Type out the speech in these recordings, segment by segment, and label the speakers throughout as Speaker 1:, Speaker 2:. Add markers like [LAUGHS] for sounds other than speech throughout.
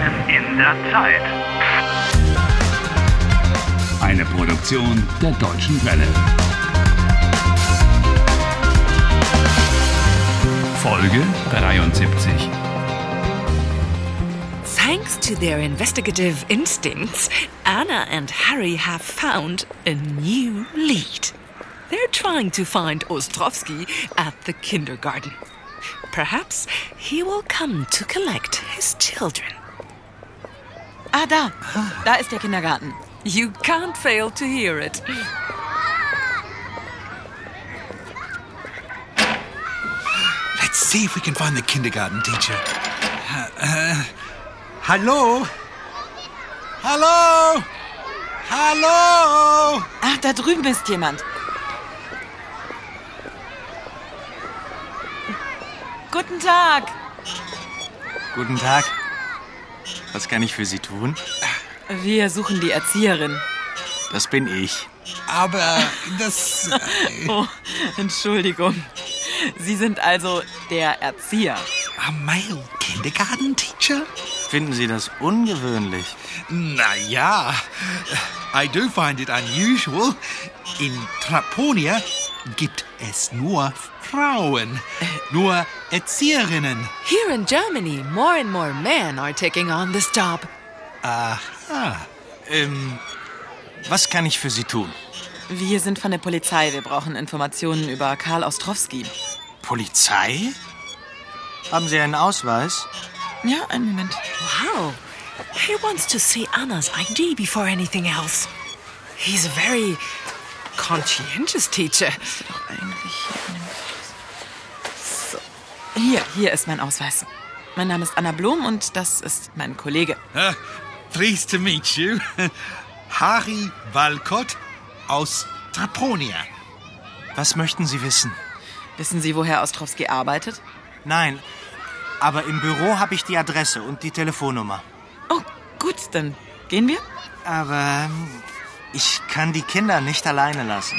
Speaker 1: der Zeit.
Speaker 2: Eine Produktion der Deutschen Welle. Folge 73.
Speaker 3: Thanks to their investigative instincts, Anna and Harry have found a new lead. They're trying to find Ostrovsky at the kindergarten. Perhaps he will come to collect his children.
Speaker 4: Ah, da. Da ist der Kindergarten.
Speaker 3: You can't fail to hear it.
Speaker 5: Let's see if we can find the kindergarten teacher. Äh, hallo? Hallo? Hallo?
Speaker 4: Ach, da drüben ist jemand. Guten Tag.
Speaker 6: Guten Tag. Was kann ich für Sie tun?
Speaker 4: Wir suchen die Erzieherin.
Speaker 6: Das bin ich.
Speaker 5: Aber das. äh,
Speaker 4: Oh, [LAUGHS] Entschuldigung. Sie sind also der Erzieher.
Speaker 5: A male kindergarten teacher?
Speaker 6: Finden Sie das ungewöhnlich?
Speaker 5: Naja, I do find it unusual. In Traponia gibt es nur Frauen. Nur Erzieherinnen.
Speaker 3: Here in Germany, more and more men are taking on this job.
Speaker 5: Aha.
Speaker 6: Ähm, was kann ich für Sie tun?
Speaker 4: Wir sind von der Polizei. Wir brauchen Informationen über Karl Ostrowski.
Speaker 6: Polizei? Haben Sie einen Ausweis?
Speaker 4: Ja, einen Moment.
Speaker 3: Wow. He wants to see Anna's ID before anything else. He's a very conscientious teacher.
Speaker 4: Eigentlich hier einen So. Hier, hier ist mein Ausweis. Mein Name ist Anna Blum und das ist mein Kollege.
Speaker 5: Uh, [LAUGHS] pleased to meet you. [LAUGHS] Harry Walcott aus Traponia.
Speaker 6: Was möchten Sie wissen?
Speaker 4: Wissen Sie, woher Ostrowski arbeitet?
Speaker 6: Nein, aber im Büro habe ich die Adresse und die Telefonnummer.
Speaker 4: Oh, gut, dann gehen wir.
Speaker 6: Aber ähm, ich kann die Kinder nicht alleine lassen.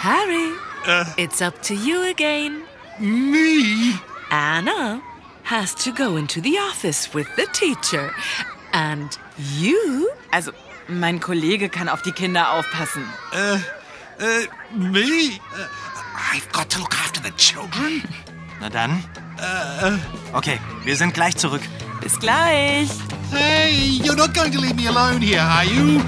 Speaker 3: Harry, it's up to you again.
Speaker 5: Me?
Speaker 3: Anna has to go into the office with the teacher. And you
Speaker 4: Also, mein Kollege kann auf die Kinder aufpassen.
Speaker 5: Uh, me? Uh, I've got to look after the [LAUGHS] children.
Speaker 6: Na dann. Äh, Okay, wir sind gleich zurück.
Speaker 4: Bis gleich.
Speaker 5: Hey, you're not going to leave me alone here, are you?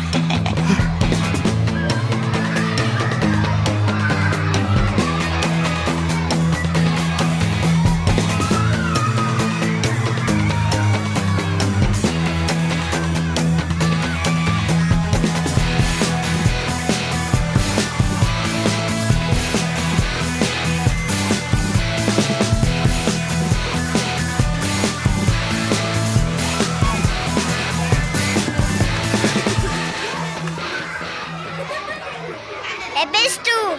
Speaker 7: Wer bist du?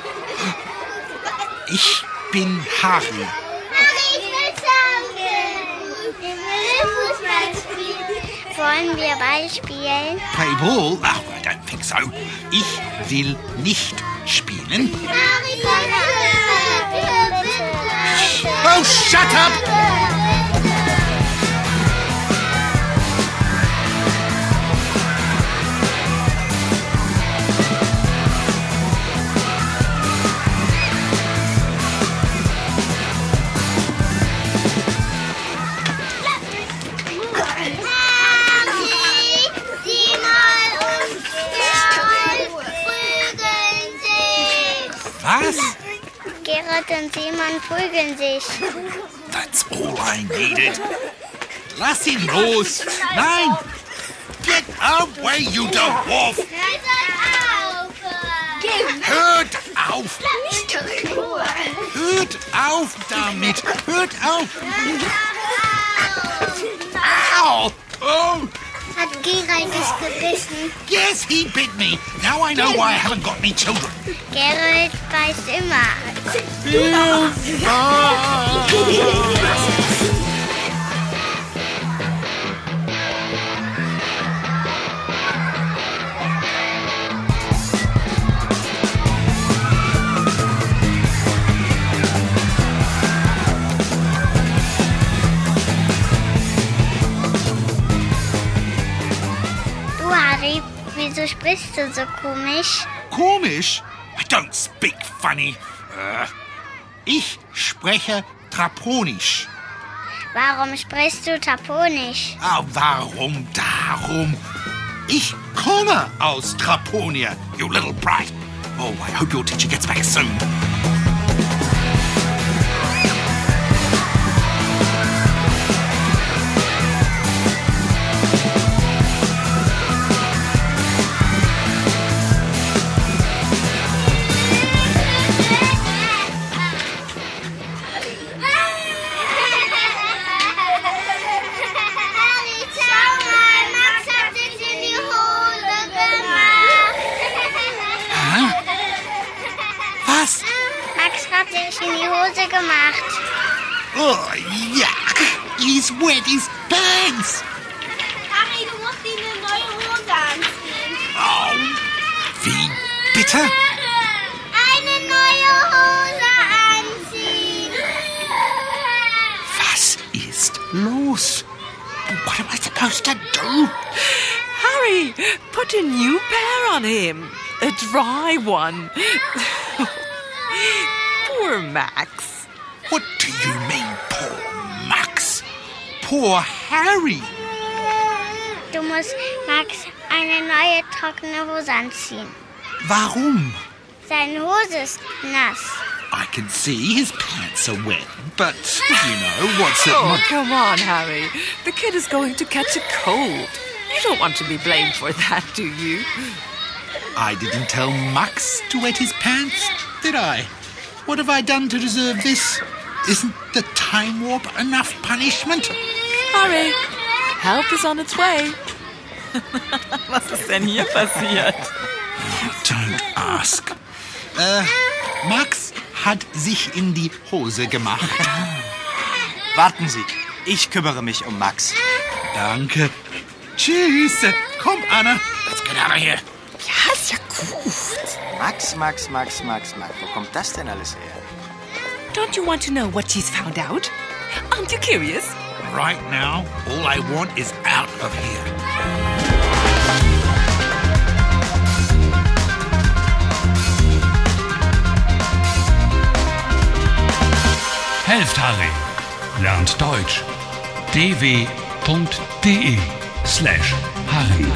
Speaker 5: Ich bin Harry.
Speaker 7: Mami, ich will Sangen. Wir will Fußball spielen. Wollen wir Ball spielen?
Speaker 5: Play ball? Oh, I don't think so. Ich will nicht spielen.
Speaker 7: Mami, bitte, bitte.
Speaker 5: Oh, shut up!
Speaker 7: Mami, Simon und Gerald prügeln sich.
Speaker 5: Was?
Speaker 7: Gerald und Simon prügeln sich.
Speaker 5: That's all I needed. Lass ihn los! Nein! Get away, you dwarf!
Speaker 7: Hört auf!
Speaker 5: Hört auf! Hört auf damit! Hört auf! Ow! Oh!
Speaker 7: Hat Gerald es gebissen?
Speaker 5: Yes, he bit me. Now I know why I haven't got any children.
Speaker 7: Gerald beißt immer.
Speaker 5: Ah,
Speaker 7: sprichst du so komisch?
Speaker 5: Komisch? Don't speak funny. Äh, Ich spreche Traponisch.
Speaker 7: Warum sprichst du Taponisch?
Speaker 5: Ah, warum darum? Ich komme aus Traponia, you little brat. Oh, I hope your teacher gets back soon.
Speaker 7: Harry, schau mal, Max hat sich in die Hose gemacht.
Speaker 5: Was?
Speaker 7: Max hat sich in die Hose gemacht.
Speaker 5: Oh, yuck. He's wet his pants.
Speaker 1: Harry, du musst ihm eine neue Hose anziehen.
Speaker 5: Oh, wie bitte?
Speaker 7: Eine neue Hose anziehen.
Speaker 5: Was ist los? What am I supposed to do?
Speaker 3: Harry, put a new pair on him. A dry one. [LAUGHS] Poor Max.
Speaker 5: What do you mean, poor Max? Poor Harry.
Speaker 7: Du musst Max eine neue trockene Hose anziehen.
Speaker 5: Warum?
Speaker 7: Seine Hose ist nass.
Speaker 5: I can see his pants are wet, but you know what's it?
Speaker 3: Oh, come on, Harry. The kid is going to catch a cold. You don't want to be blamed for that, do you?
Speaker 5: I didn't tell Max to wet his pants, did I? What have I done to deserve this? Isn't the time warp enough punishment?
Speaker 3: Harry, help is on its way.
Speaker 4: [LAUGHS] Was ist denn hier passiert?
Speaker 5: Don't ask. äh, Max hat sich in die Hose gemacht.
Speaker 6: Warten Sie, ich kümmere mich um Max.
Speaker 5: Danke. Tschüss. Komm, Anna. Let's get out of here.
Speaker 4: Ja, ist ja gut.
Speaker 6: Max, Max, Max, Max, Max. Wo kommt das denn alles her?
Speaker 3: Don't you want to know what she's found out? Aren't you curious?
Speaker 5: Right now, all I want is out of here.
Speaker 2: Helft Harry. Lernt Deutsch. dw.de slash Harry.